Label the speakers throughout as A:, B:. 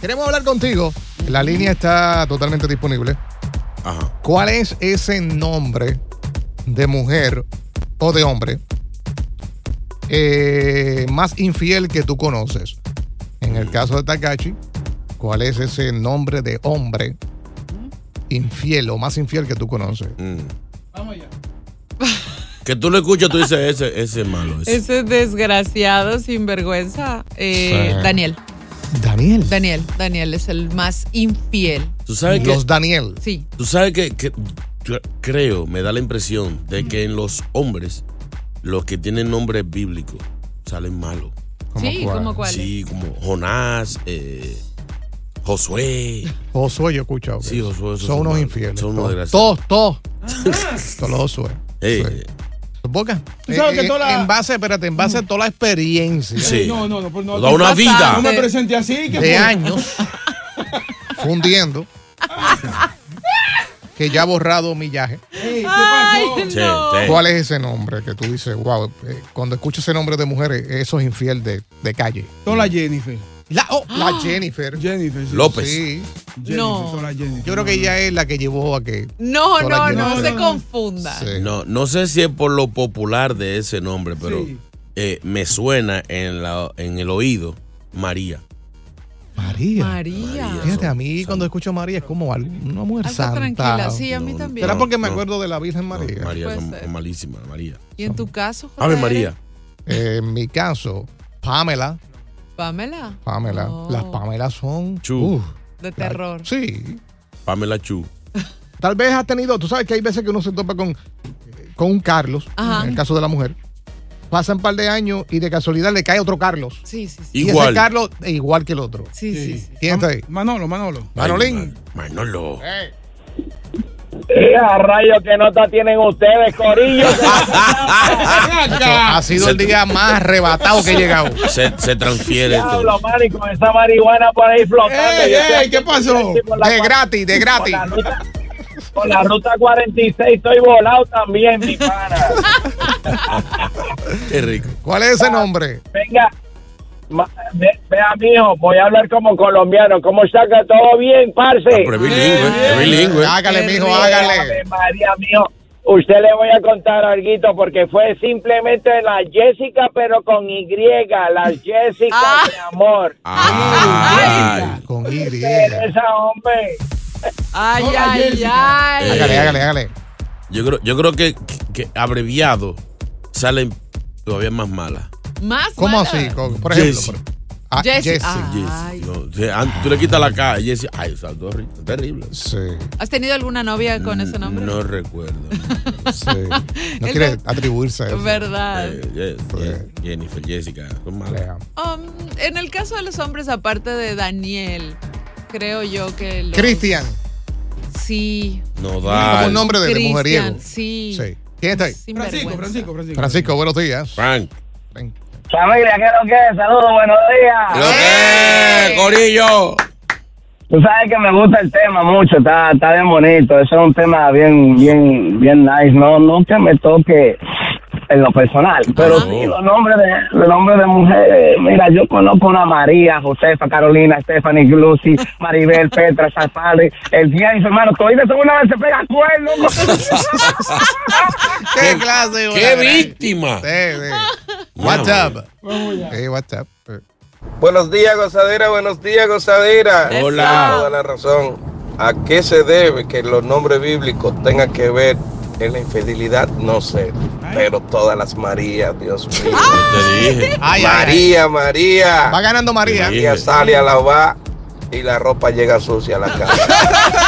A: Queremos hablar contigo. La línea está totalmente disponible. ¿Cuál es ese nombre de mujer o de hombre eh, más infiel que tú conoces? En
B: Mm.
A: el caso de Takashi, ¿cuál es ese nombre de hombre infiel o más infiel que tú conoces?
B: Que tú lo escuchas, tú dices, ese, ese es malo. ese".
C: Ese desgraciado sinvergüenza. Eh,
A: Sí.
C: Daniel,
B: Mm.
A: Daniel.
C: Daniel, Daniel es el más infiel.
B: Tú sabes que,
A: Los Daniel.
C: Sí.
B: tú sabes que, que- yo creo, me da la impresión de que en los hombres, los que tienen nombres bíblicos salen malos.
A: ¿Cómo
C: sí,
A: cuál?
C: ¿cómo cuál?
B: Sí, como Jonás, eh, Josué.
A: Josué, yo he escuchado. que
B: Sí, Josué, esos
A: Son
B: son
A: unos
B: malos.
A: infieles.
B: Son unos
A: todos.
B: desgraciados.
A: Todos, todos. Todos los Josué.
B: Eh,
A: Sí. Boca.
D: Tú sabes
A: Eh,
D: que toda
A: eh,
D: la-
A: En base, espérate, en base a toda la experiencia
B: sí.
D: No, no, no, pues no,
B: Da una
C: Bastante.
B: vida.
D: no me presente así. Que
A: de años fundiendo que ya ha borrado millaje.
D: Ey, ¿qué
C: Ay,
D: pasó?
B: Sí,
C: no.
B: sí.
A: ¿Cuál es ese nombre que tú dices, wow, eh, cuando escucho ese nombre de mujeres, eso es infiel de, de calle?
D: Toda la Jennifer. Ah.
A: La, oh, la Jennifer.
D: Jennifer. sí.
B: López.
A: Sí,
D: Jennifer,
C: No.
D: toda la Jennifer.
A: yo creo que ella es la que llevó a que...
C: No,
A: Por
C: no,
A: aquí
C: no,
A: no.
C: se confunda.
A: se-
B: No, no sé si es por lo popular de ese nombre, pero
D: Sí.
B: eh, me suena en, la, en el oído María.
A: María.
C: María.
A: Fíjate, a mí cuando escucho María es como algo- una mujer
C: Algo
A: santa.
C: tranquila. Sí, a
B: No,
C: mí
B: no,
C: también.
A: ¿Será porque me
B: no.
A: acuerdo de la Virgen
B: No,
A: María?
B: María
C: Puede
B: son-
C: ser.
B: es malísima, María.
C: ¿Y en tu caso,
B: Ave
C: JR?
B: María.
A: Eh, en mi caso, Pamela.
C: Pamela.
A: Pamela.
C: No,
A: Las Pamelas son...
B: Chu.
A: uf,
C: De
A: la-
C: terror.
A: Sí.
B: Pamela Chu.
A: Tal vez has tenido, tú sabes que hay veces que uno se topa con, con un Carlos,
C: Ajá.
A: en el caso de la mujer. Pasan un par de años y de casualidad le cae otro Carlos.
C: Sí, sí, sí.
A: Y ese
B: Igual.
A: Carlos es igual que el otro.
C: Sí, sí, sí.
A: ¿Quién está ahí?
D: Manolo, Manolo.
B: Ay,
A: Manolín.
B: Man- Manolo.
E: Eh, a rayos que nota tienen ustedes, Corillo.
A: Esto ha sido el día más arrebatado que he llegado.
B: Se, se transfiere esto.
E: con esa marihuana por ahí flotando.
D: Ey, ey, ¿qué pasó?
A: De gratis, de gratis.
E: Con la ruta 46 estoy volado también, mi pana.
B: Qué rico.
A: ¿Cuál es
E: Ah,
A: ese nombre?
E: Venga, ma- ve- vea, mijo, voy a hablar como colombiano. ¿Cómo está que todo bien, parce?
B: Pero es bilingüe, es bilingüe.
A: Hágale,
C: Qué
A: mijo,
C: rico.
A: hágale.
E: Ave María, mijo. Usted le voy a contar algo porque fue simplemente la Jessica, pero con Y, la Jessica
C: Ah.
E: de amor.
B: Ay.
A: Con Y. Hágale,
E: Esa hombre.
C: Ay,
D: Hola,
C: ay,
D: Jessica.
C: ay.
B: Eh.
A: hágale, hágale.
B: Yo creo, yo creo que, que abreviado salen todavía más malas.
C: Más
A: ¿Cómo
C: mala.
A: así? Con- Por ejemplo,
B: Jessy.
A: por- Ah,
C: Jessy.
A: Jessy.
C: Ay.
B: No, de- an- tú le quitas la K y dices, ay, saltó horri- terrible.
A: Sí.
C: ¿Has tenido alguna novia
B: Mm,
C: con ese nombre?
B: No recuerdo.
A: No quiere atribuirse a eso.
C: ¿Verdad?
B: Eh, yes, yes, Jennifer, Jessica, son
A: Eh,
B: malas.
C: Um, en el caso de los hombres, aparte de Daniel, creo yo que. los-
A: Cristian.
C: Sí.
B: No
A: Tiene como un nombre de, de
C: Cristian,
A: mujeriego.
C: Sí.
A: Sí. ¿Quién está ahí?
C: Francisco, Francisco,
A: Francisco. buenos días.
B: Frank.
F: Familia, ¿qué es lo que es? Saludos, buenos días.
C: ¡Eh!
B: ¡Eh, Corillo.
F: Tú sabes que me gusta el tema mucho, está, está bien bonito. Eso es un tema bien, bien, bien nice. No, no que me toque en lo personal, pero sí los nombres de, los nombres de mujeres. Mira, yo conozco una María, Josefa, Carolina, Stephanie, Lucy, Maribel, Petra, Safari, el día y su hermano. Todavía son una vez se pega cuerno.
A: ¿Qué clase? eh.
B: ¡Qué víctima!
A: Sí, sí. WhatsApp. Sí, WhatsApp.
D: Buenos días, gozadera, buenos días, gozadera.
A: Hola.
D: Toda la razón. ¿A qué se debe que los nombres bíblicos tengan que ver en la infidelidad? No sé. Pero todas las Marías, Dios mío.
B: Te dije.
A: Ay, ay,
D: María, María.
A: Va ganando María.
D: María sale a lavar y la ropa llega sucia a la casa.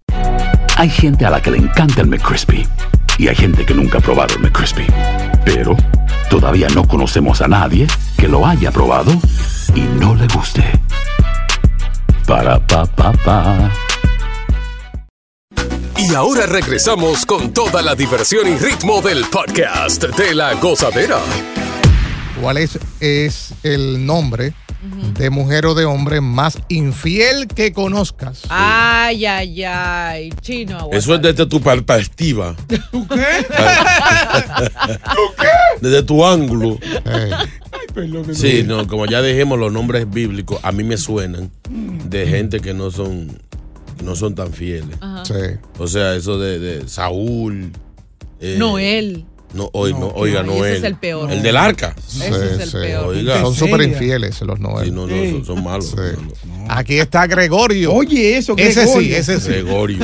G: Hay gente a la que le encanta el McCrispy y hay gente que nunca ha probado el McCrispy. Pero todavía no conocemos a nadie que lo haya probado y no le guste. Para pa pa pa.
H: Y ahora regresamos con toda la diversión y ritmo del podcast de la gozadera.
A: ¿Cuál es, es el nombre de mujer o de hombre más infiel que conozcas?
C: Ay, ay, ay. Chino, aguanta.
B: Eso es desde tu perspectiva.
C: ¿Tú qué?
B: Desde tu ángulo.
I: perdón, que
B: Sí,
I: no.
B: no, como ya dijimos, los nombres bíblicos a mí me suenan de gente que no son, no son tan fieles.
C: Ajá.
A: Sí.
B: O sea, eso de, de Saúl. eh,
C: Noel.
B: No, hoy, no, oiga,
C: no,
B: no,
C: ese
B: él.
C: es el peor.
B: del arca.
C: Ese es el peor.
B: Oiga.
A: Son súper infieles los novelas.
B: Sí, no, no, son, son malos. son malos.
A: Aquí está Gregorio. Oye, eso, Ese sí,
B: Gregorio.
A: ese sí.
B: Gregorio.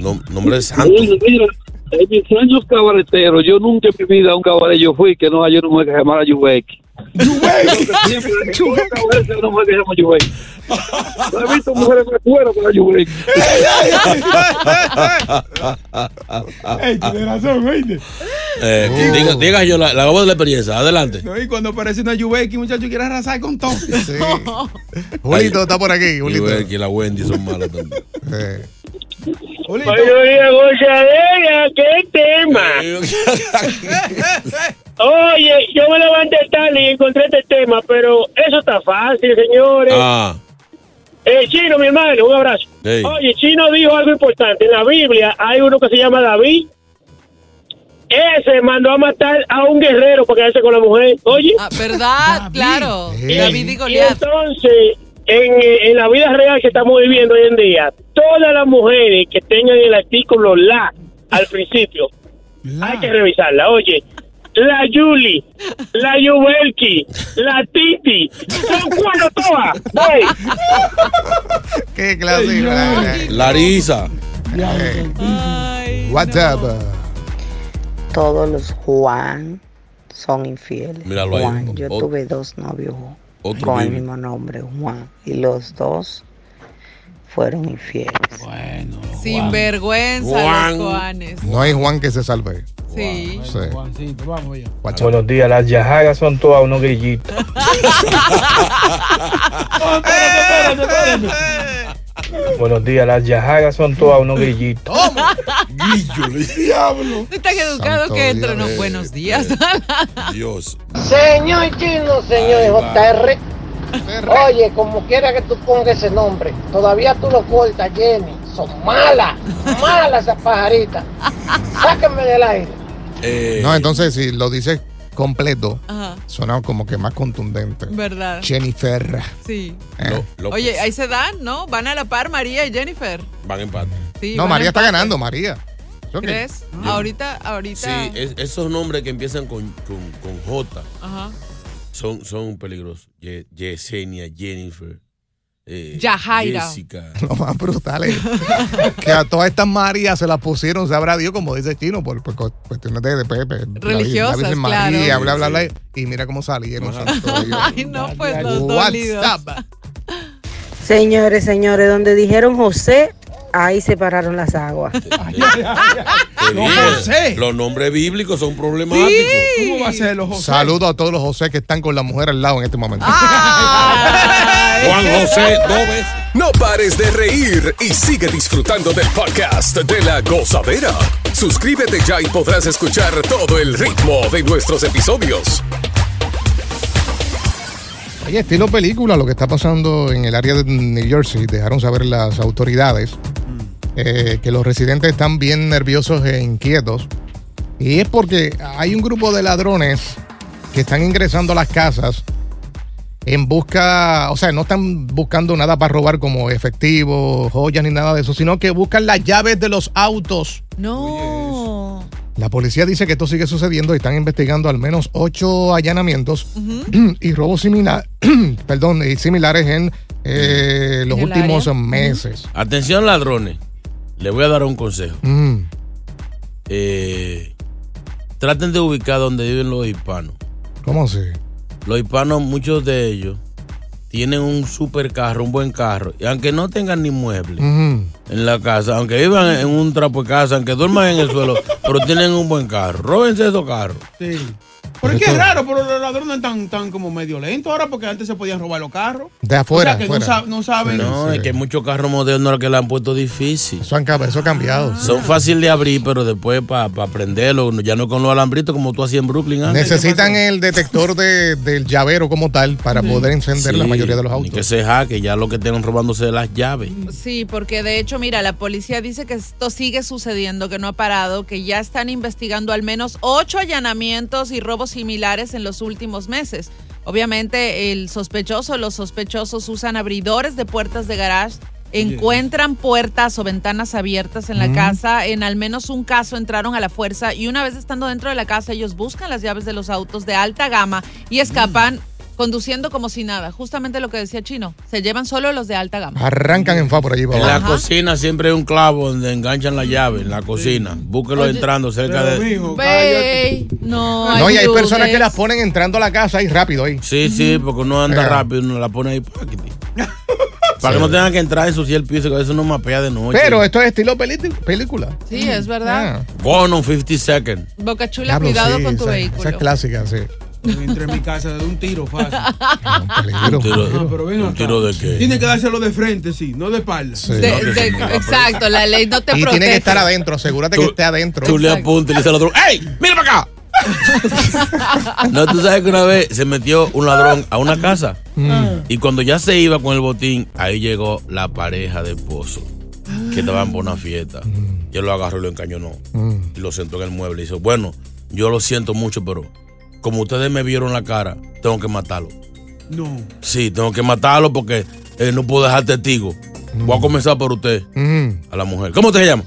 B: Nom- nombre de santo.
J: Ah, pues Mira, en mis años cabareteros, yo nunca en mi vida a un cabaret yo fui que no hay una mujer que se llamara Yubek. No he visto mujeres más cueras para Yubek.
I: Ey, tiene razón, oíste.
B: Eh, que diga, diga yo la, la voz de la experiencia. Adelante.
I: No, y cuando aparece una Yubeki, muchacho, quiere arrasar con todo.
A: Julito está por aquí. Julito.
B: Y la Wendy son malas también.
I: Julito.
K: Buenos días, gozadera, qué tema. Oye, yo me levanté tarde y encontré este tema, pero eso está fácil, señores.
B: Ah,
K: Eh, Chino, mi hermano, un abrazo.
B: Ey.
K: Oye, Chino dijo algo importante. En la Biblia hay uno que se llama David. Ese mandó a matar a un guerrero para quedarse con la mujer. Oye.
C: Ah, ¿Verdad? Claro.
K: Y-
C: David y
K: y
C: Goliat.
K: entonces, en, eh, en la vida real que estamos viviendo hoy en día, todas las mujeres que tengan el artículo la al principio, hay que revisarla. Oye, la Yuli, la Yubelki, la Titi, son cuatro todas. Ey,
A: Qué clase. ¿verdad?
B: Larisa.
A: WhatsApp.
L: Todos los Juan son infieles.
B: Míralo ahí.
L: Juan, yo
B: Ot-
L: tuve dos novios
B: Otro
L: con el
B: bíblico.
L: mismo nombre, Juan, y los dos fueron infieles. Bueno.
C: Sinvergüenza,
L: Juan.
C: los Juanes.
A: No hay Juan que se salve.
C: Sí.
A: Sí.
I: Juancito, vamos ya.
M: Buenos días, las yajagas son todas unos grillitos.
I: No, espérate, espérate, espérate.
M: Buenos días, las yajagas son todas unos grillitos.
C: Toma.
I: Diablo.
C: No estás educado
M: Santo
C: que entro.
M: Dios.
C: No,
M: Eh,
C: buenos días.
B: Dios.
N: Señor Chino, señor JR, Oye, como quiera que tú pongas ese nombre, todavía tú lo cortas, Jenny. Son malas, malas esas pajaritas. Sáquenme del aire.
B: Eh,
A: No, entonces si lo dices completo,
C: Ajá.
A: suena como que más contundente.
C: ¿Verdad?
A: Jennifer.
C: Sí.
A: Eh.
C: Oye, ahí se dan, ¿no? Van a la par María y Jennifer.
B: Van empate.
C: Sí,
A: no,
C: van a
A: María está
C: empate.
A: ganando, María. Yo que-
C: ¿Crees? Ahorita, ahorita.
B: Sí, es- esos nombres que empiezan con, con, con J
C: Ajá.
B: son, son peligrosos. Ye- Yesenia, Jennifer. eh,
C: Yajaira.
B: Jessica.
A: Lo más brutal es que a todas estas Marías se las pusieron, sabrá Dios, como dice Chino, por, por cu- cuestiones de, de, de- de- la Virgen-
C: Religiosas,
A: la Virgen
C: claro.
A: María, bla, bla,
C: Sí,
A: bla. Y mira cómo salieron.
C: Ay, no, pues los dolidos.
A: WhatsApp.
O: Señores, señores, donde dijeron José, ahí se pararon las aguas.
B: Te
O: No,
B: dije,
O: José.
B: Los nombres bíblicos son problemáticos.
A: ¿Cómo va a ser los José? Saludo a todos los José que están con la mujer al lado en este momento.
C: Ah.
H: Juan José Gómez. No pares de reír y sigue disfrutando del podcast de la gozadera. Suscríbete ya y podrás escuchar todo el ritmo de nuestros episodios.
A: Oye, estilo película, lo que está pasando en el área de New Jersey, dejaron saber las autoridades eh, que los residentes están bien nerviosos e inquietos. Y es porque hay un grupo de ladrones que están ingresando a las casas en busca, o sea, no están buscando nada para robar como efectivo, joyas ni nada de eso, sino que buscan las llaves de los autos.
C: No.
A: La policía dice que esto sigue sucediendo y están investigando al menos ocho allanamientos y robos similares, perdón, y similares en eh, los
B: ¿En el
A: últimos
B: área?
A: meses.
B: Atención, ladrones. Les voy a dar un consejo.
A: Mm,
B: Eh, traten de ubicar donde viven los hispanos.
A: ¿Cómo se?
B: Los hispanos, muchos de ellos, tienen un super carro, un buen carro. Y aunque no tengan ni muebles
A: Mm.
B: en la casa, aunque vivan en un trapo de casa, aunque duerman en el suelo, pero tienen un buen carro. Róbense esos carros.
P: Sí. Pero es que es raro, pero los ladrones están tan como medio lentos ahora porque antes se podían robar los carros.
A: De
P: o sea que no, sa- no saben.
B: Ah, No, es que muchos carros modernos que le han puesto difícil.
A: Eso, han, cam- eso ha
P: Ah.
A: cambiado.
B: Son fácil de abrir, pero después para prenderlo, ya no con los alambritos como tú hacías en Brooklyn antes.
A: Necesitan el detector de- del llavero como tal para poder encender la
B: Sí,
A: mayoría de los
B: ni
A: autos.
B: Que se que ya lo que tienen robándose de las llaves.
C: Sí, porque de hecho, mira, la policía dice que esto sigue sucediendo, que no ha parado, que ya están investigando al menos ocho allanamientos y robos similares en los últimos meses. Obviamente, el sospechoso, los sospechosos usan abridores de puertas de garage, encuentran puertas o ventanas abiertas en la
Q: Mm.
C: casa. En al menos un caso entraron a la fuerza y una vez estando dentro de la casa, ellos buscan las llaves de los autos de alta gama y escapan. Conduciendo como si nada, justamente lo que decía Chino, se llevan solo los de alta gama.
A: Arrancan en fa por allí para
B: En la
A: abajo.
B: cocina siempre hay un clavo donde enganchan la llave, en la cocina. Búsquelo
C: Oye,
B: entrando cerca
C: pero,
B: de.
C: Bey, no,
A: No, y hay
C: ayudes.
A: personas que las ponen entrando a la casa ahí rápido ahí.
B: Sí, sí, porque uno anda rápido, uno la pone ahí. Para que, para que no tengan que entrar en ensuciar el piso, que a veces uno mapea de noche.
A: Pero esto es estilo peli- película.
C: Sí, es
A: Ah.
C: verdad.
B: Gone on 50 seconds.
C: Boca Chula,
A: Diablo,
C: cuidado
A: Ah, sí,
C: con tu
A: esa-
C: vehículo.
A: Esa es clásica, sí.
P: Entre en mi casa de un tiro fácil.
B: Un tiro,
P: pero ven
B: un tiro de qué?
P: Tiene que dárselo de frente, sí, no de espalda.
C: De- de- exacto, la ley no te
A: pues. Y
C: protege.
A: tiene que estar adentro, asegúrate que esté adentro.
B: Tú le apuntas y le dices al otro, ¡Ey! ¡Mira para acá! No, tú sabes que una vez se metió un ladrón a una casa y cuando ya se iba con el botín, ahí llegó la pareja de esposo que estaba en una fiesta. Yo lo agarró y lo encañonó y lo sentó en el mueble y dijo, bueno, yo lo siento mucho, pero como ustedes me vieron la cara, tengo que matarlo.
P: No.
B: Sí, tengo que matarlo porque eh, no puedo dejar testigo. Voy a comenzar por usted, a la mujer. ¿Cómo usted se llama?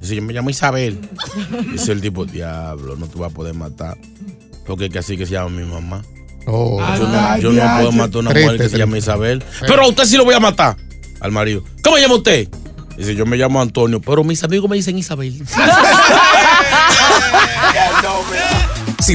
B: Dice, yo me llamo Isabel. Dice el tipo, diablo, no te vas a poder matar. Porque que así que se llama mi mamá.
A: Oh.
P: Ah.
B: Yo, no- yo no puedo matar a una
A: Triste,
B: mujer que se
A: triste.
B: llama Isabel. Pero a usted sí lo voy a matar. Al marido. ¿Cómo se llama usted? Dice, yo me llamo Antonio, pero mis amigos me dicen Isabel.
H: Si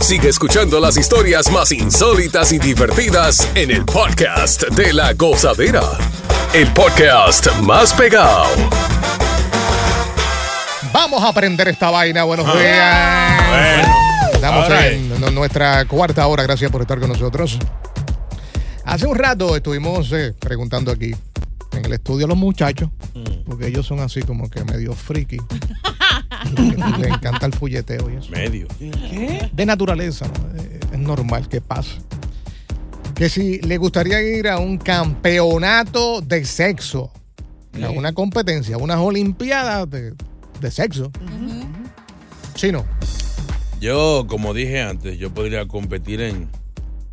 H: Sigue escuchando las historias más insólitas y divertidas en el podcast de la gozadera. El podcast más pegado.
A: Vamos a aprender esta vaina. Buenos
B: Ah.
A: días. Estamos
B: All right.
A: en n- nuestra cuarta hora. Gracias por estar con nosotros. Hace un rato estuvimos eh, preguntando aquí en el estudio a los muchachos,
B: Mm.
A: porque ellos son así como que medio friki. Le encanta el folleteo y eso.
B: Medio.
A: ¿Qué? De naturaleza, ¿no? Eh, es normal que pase. Que si le gustaría ir a un campeonato de sexo, a una competencia, unas olimpiadas de, de sexo. Chino,
B: Yo, como dije antes, yo podría competir en.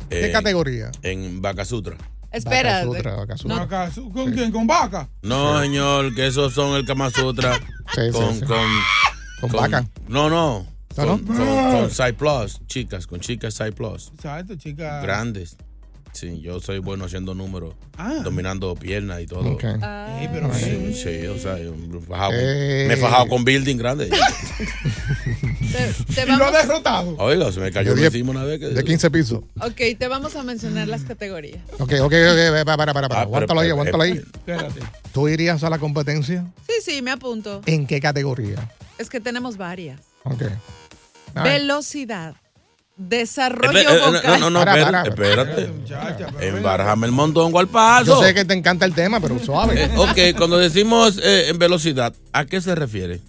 A: ¿qué
B: eh,
A: categoría?
B: En Bacasutra.
A: Espera.
P: ¿Con quién? ¿Con vaca?
B: No, señor, que esos son el Kama Sutra.
P: sí,
B: con,
P: sí.
B: Con, con-
P: vaca.
B: No, no.
P: ¿No,
B: Con,
P: no?
B: con,
A: Ah.
B: con Side Plus, chicas, con chicas Side Plus.
P: Exacto, chica.
B: Grandes. Sí, yo soy bueno haciendo números,
P: Ah.
B: dominando piernas y todo.
A: Ok.
P: Ey, pero
B: Sí, sí, o sea, yo me he fajado,
A: Eh.
B: me he fajado con building grande.
C: Te, te
P: Y lo ha
C: vamos,
P: derrotado.
B: Oiga, se me cayó
A: De
B: lo
A: diez-
B: encima una vez. Que...
A: de 15 pisos.
C: ok, te vamos a mencionar las categorías.
A: Ok, ok, ok, para, para, para, para. aguántalo
B: Ah,
A: ahí,
B: pero-
A: aguántalo ahí.
P: Espérate.
A: ¿Tú irías a la competencia?
C: Sí, sí, me apunto.
A: ¿En qué categoría?
C: Es que tenemos varias.
A: Ok. A ver.
C: Velocidad. Desarrollo
B: Espe- eh, no,
C: vocal.
B: no, no, no,
A: Para,
B: espérate. espérate. Embárrame el montón, ¿cuál paso?
A: Yo sé que te encanta el tema, pero suave.
B: Eh, ok, cuando decimos eh, en velocidad, ¿a qué se refiere?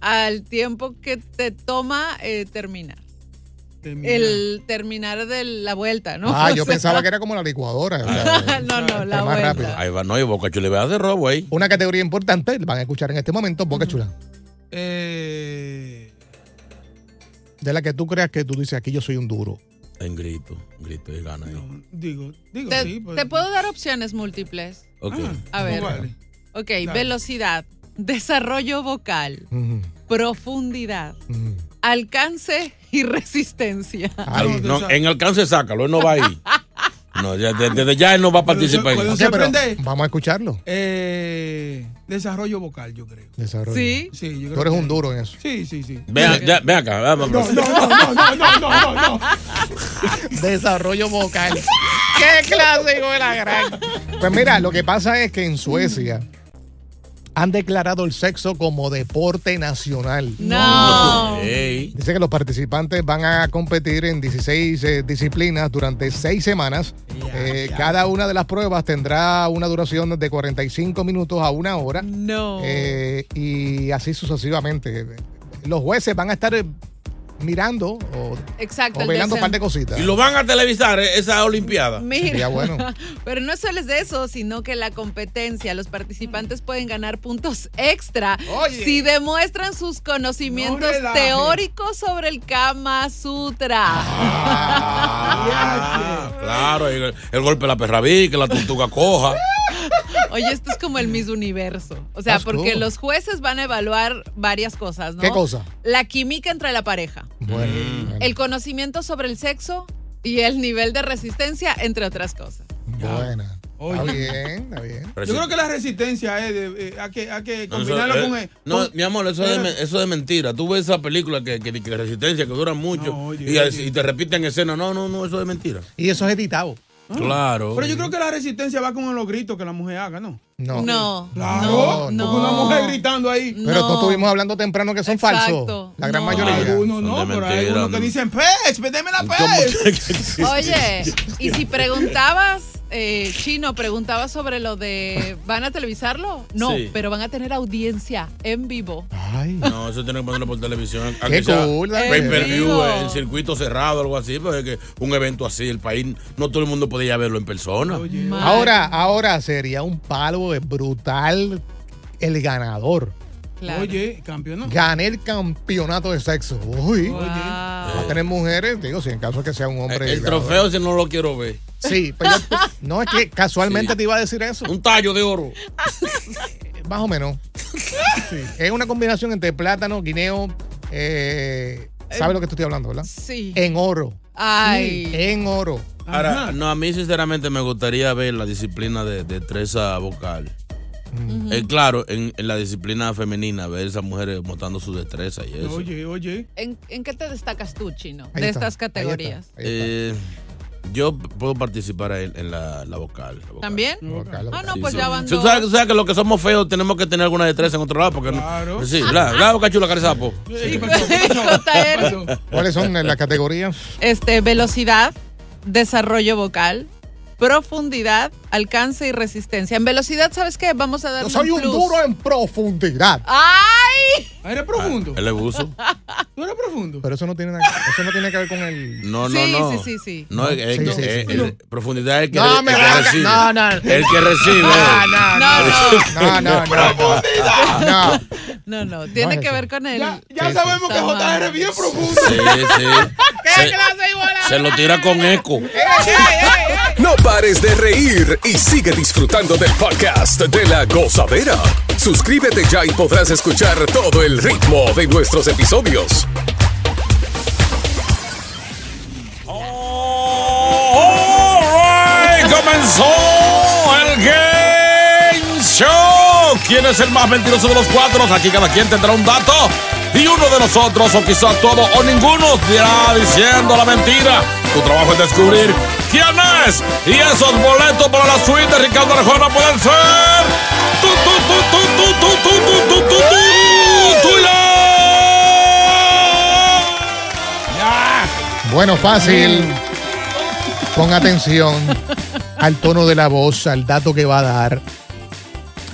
C: Al tiempo que te toma eh, terminar. El terminar de la vuelta, ¿no?
A: Ah,
C: O
A: yo
C: sea,
A: pensaba que era como la licuadora. o sea,
C: no, no, la
A: más
C: vuelta.
A: rápido.
B: Ahí va, no, y Boca Chula de robo eh. ahí.
A: Una categoría importante, van a escuchar en este momento, Boca Chula.
C: Eh.
A: De la que tú creas que tú dices, aquí yo soy un duro.
B: En grito, grito y gana. ahí.
P: Digo, digo,
C: Te,
P: sí. pues.
C: te puedo dar opciones múltiples.
B: Ok.
P: Ah,
C: A ver.
P: vale.
C: Ok, velocidad, desarrollo vocal, profundidad, alcance y resistencia.
P: ah,
A: Ah,
B: Al- no, en alcance sácalo, él no va ahí. No, ya- de- desde ya él no va a participar.
P: puedo
B: ahí.
A: Ok, pero
P: aprender.
A: vamos a escucharlo.
P: Eh, desarrollo vocal, yo creo.
A: Desarrollo.
P: Sí. Sí, yo creo
A: Tú eres
P: que-
A: un duro en eso.
P: Sí, sí, sí.
B: Ven, a- ya, ven acá, vamos.
P: No, no, no, no, no, no, no, no, no.
A: Desarrollo vocal. ¡Qué clásico de la gran! Pues mira, lo que pasa es que en Suecia han declarado el sexo como deporte nacional.
C: No.
A: Eh,
B: Ey.
A: Dice que los participantes van a competir en 16 eh, disciplinas durante 6 semanas. Eh, Cada una de las pruebas tendrá una duración de 45 minutos a una hora.
C: No.
A: Eh, y así sucesivamente. Los jueces van a estar eh, mirando o,
C: Exacto.
A: o
C: el
A: velando un par de
C: desem-
A: cositas.
B: Y lo van a televisar eh, esa olimpiada.
C: Mira,
A: Sería bueno.
C: pero no solo es de eso, sino que la competencia, los
A: Mm.
C: participantes pueden ganar puntos extra
P: Oye.
C: si demuestran sus conocimientos
P: relajes.
C: teóricos sobre el Kama Sutra.
A: Ah.
B: Ah, claro, el, el golpe de la perra vi, que la tortuga coja.
C: Oye, esto es como el Miss Universo. O sea,
A: That's
C: porque
A: cool.
C: los jueces van a evaluar varias cosas, ¿no?
A: ¿Qué cosa?
C: La química entre la pareja,
A: Bueno,
B: Mm.
A: bueno,
C: el conocimiento sobre el sexo y el nivel de resistencia, entre otras cosas.
B: Ah.
A: buena.
P: Oye.
A: Está bien, está bien.
B: Pero
P: Yo
B: sí.
P: creo que la resistencia es de, eh, hay que, hay que
B: No, eso,
P: combinarlo
B: eh,
P: con el.
B: no,
P: con-
B: mi amor, eso es de,
P: Espera.
B: men- eso es de mentira. Tú ves esa película que, que, que resistencia, que duran mucho,
P: No, oye,
B: y,
P: oye.
B: y te repiten escenas. No, no, no, eso es de mentira.
A: Y eso es editado.
B: Claro.
P: Ah. Pero yo creo que la resistencia va con los gritos que la mujer haga, ¿no?
A: No.
C: No.
P: Claro. No,
A: No, no.
P: Una mujer gritando ahí.
A: Pero todos estuvimos hablando temprano que son
P: Exacto.
A: falsos. La gran
P: No.
A: mayoría.
P: Algunos no,
A: Son de
P: pero hay
A: mentira,
P: algunos que
A: ¿no?
P: dicen, pez, vendeme la pez.
C: Oye, y si preguntabas, eh, Chino, preguntabas sobre lo de, ¿van a televisarlo? No,
B: Sí.
C: pero van a tener audiencia en vivo.
B: No, eso tiene que ponerlo por televisión.
A: Qué
B: Aunque sea
A: cool, dale.
B: Pay per view, eh,
A: Digo.
B: en circuito cerrado, algo así, pero es que un evento así, el país, no todo el mundo podía verlo en persona. Eh,
A: Ahora, ahora sería un palo eh, brutal el ganador.
P: Oye, campeón.
A: Gané el campeonato de sexo. Uy. Va a tener mujeres, digo, si en caso que sea un hombre.
B: El
A: ganador.
B: trofeo, si no lo quiero ver.
A: Sí, pero ya- no, es que casualmente te iba a decir eso.
B: Un tallo de oro.
A: Más o menos. Sí. Es una combinación entre plátano, guineo. Eh, ¿Sabes lo que te estoy hablando, verdad?
C: Sí.
A: En oro.
C: Ay.
A: En oro.
B: Ahora, no, a mí sinceramente me gustaría ver la disciplina de destreza vocal. Eh, claro, en, en la disciplina femenina, ver esas mujeres mostrando su destreza y eso.
P: Oye, oye.
C: ¿En, en qué te destacas tú, Chino?
B: Ahí
C: de
B: está,
C: estas categorías.
B: Eh, yo p- puedo participar en, en la, la vocal. la vocal.
C: ¿También? Ah, no,
B: Sí,
C: pues
B: sí.
C: ya van
B: Tú
C: dos.
B: sabes, tú sabes que los que somos feos tenemos que tener alguna destreza en otro lado. Porque No, sí, la, la boca chula, carezapo.
C: JR,
A: ¿Cuáles son las categorías?
C: este, velocidad, desarrollo vocal, profundidad, alcance y resistencia. En velocidad, ¿sabes qué? Vamos a dar
A: Yo soy un duro en profundidad.
C: ¡Ay!
P: Eres profundo.
B: El abuso.
P: Tú eres profundo.
A: Pero eso no tiene, nada- eso no tiene que ver con el.
B: No, no,
A: Sí,
B: no.
A: sí, sí, sí.
B: No, es- es-
A: Sí, sí, sí.
B: es- es- profundidad es el que,
A: No,
B: el
A: me
B: que
A: va a-
B: recibe.
A: no, no.
B: El que recibe.
A: No,
B: Ah,
A: no, no, no, no,
C: no, no, no, tiene
B: No es
C: que
B: eso.
C: ver con el. Ya,
P: ya sabemos que JR es bien profundo.
B: Sí, sí. Se, se lo tira con eco.
A: Eh,
H: No pares de reír y sigue disfrutando del podcast de la gozadera. Suscríbete ya y podrás escuchar todo el ritmo de nuestros episodios.
B: Ahí comenzó el Game Show. ¿Quién es el más mentiroso de los cuatro? Aquí cada quien tendrá un dato. Y uno de nosotros, o quizá todo o ninguno, irá diciendo la mentira. Tu trabajo es descubrir quién es. Y esos boletos para la suite de Ricardo Arjona pueden ser. ¡Tú, tú, tú, tú, tú, tú, tú, tú, tú, tú, tú, tuyos!
A: Bueno, fácil. Pon atención al tono de la voz, al dato que va a dar.